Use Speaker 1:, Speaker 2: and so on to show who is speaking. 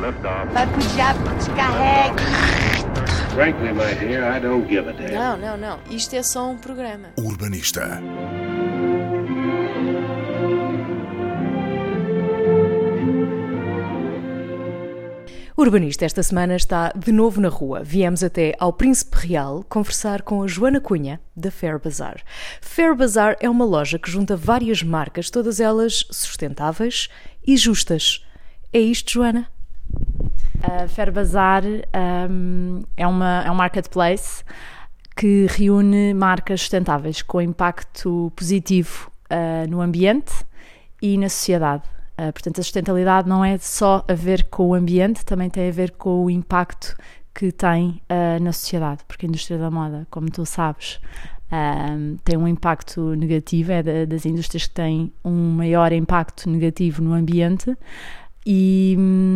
Speaker 1: Liftoff.
Speaker 2: Vai pro diabo, descarrega.
Speaker 1: Frankly, my dear, I don't give a damn.
Speaker 3: Não, não, não. Isto é só um programa.
Speaker 4: Urbanista.
Speaker 5: O urbanista esta semana está de novo na rua. Viemos até ao Príncipe Real conversar com a Joana Cunha, da Fair Bazar. Fair Bazar é uma loja que junta várias marcas, todas elas sustentáveis e justas. É isto, Joana?
Speaker 6: A Fair Bazar um, é, uma, é um marketplace que reúne marcas sustentáveis com impacto positivo uh, no ambiente e na sociedade. Uh, portanto, a sustentabilidade não é só a ver com o ambiente, também tem a ver com o impacto que tem uh, na sociedade, porque a indústria da moda, como tu sabes, um, tem um impacto negativo, é da- das indústrias que têm um maior impacto negativo no ambiente e. hum,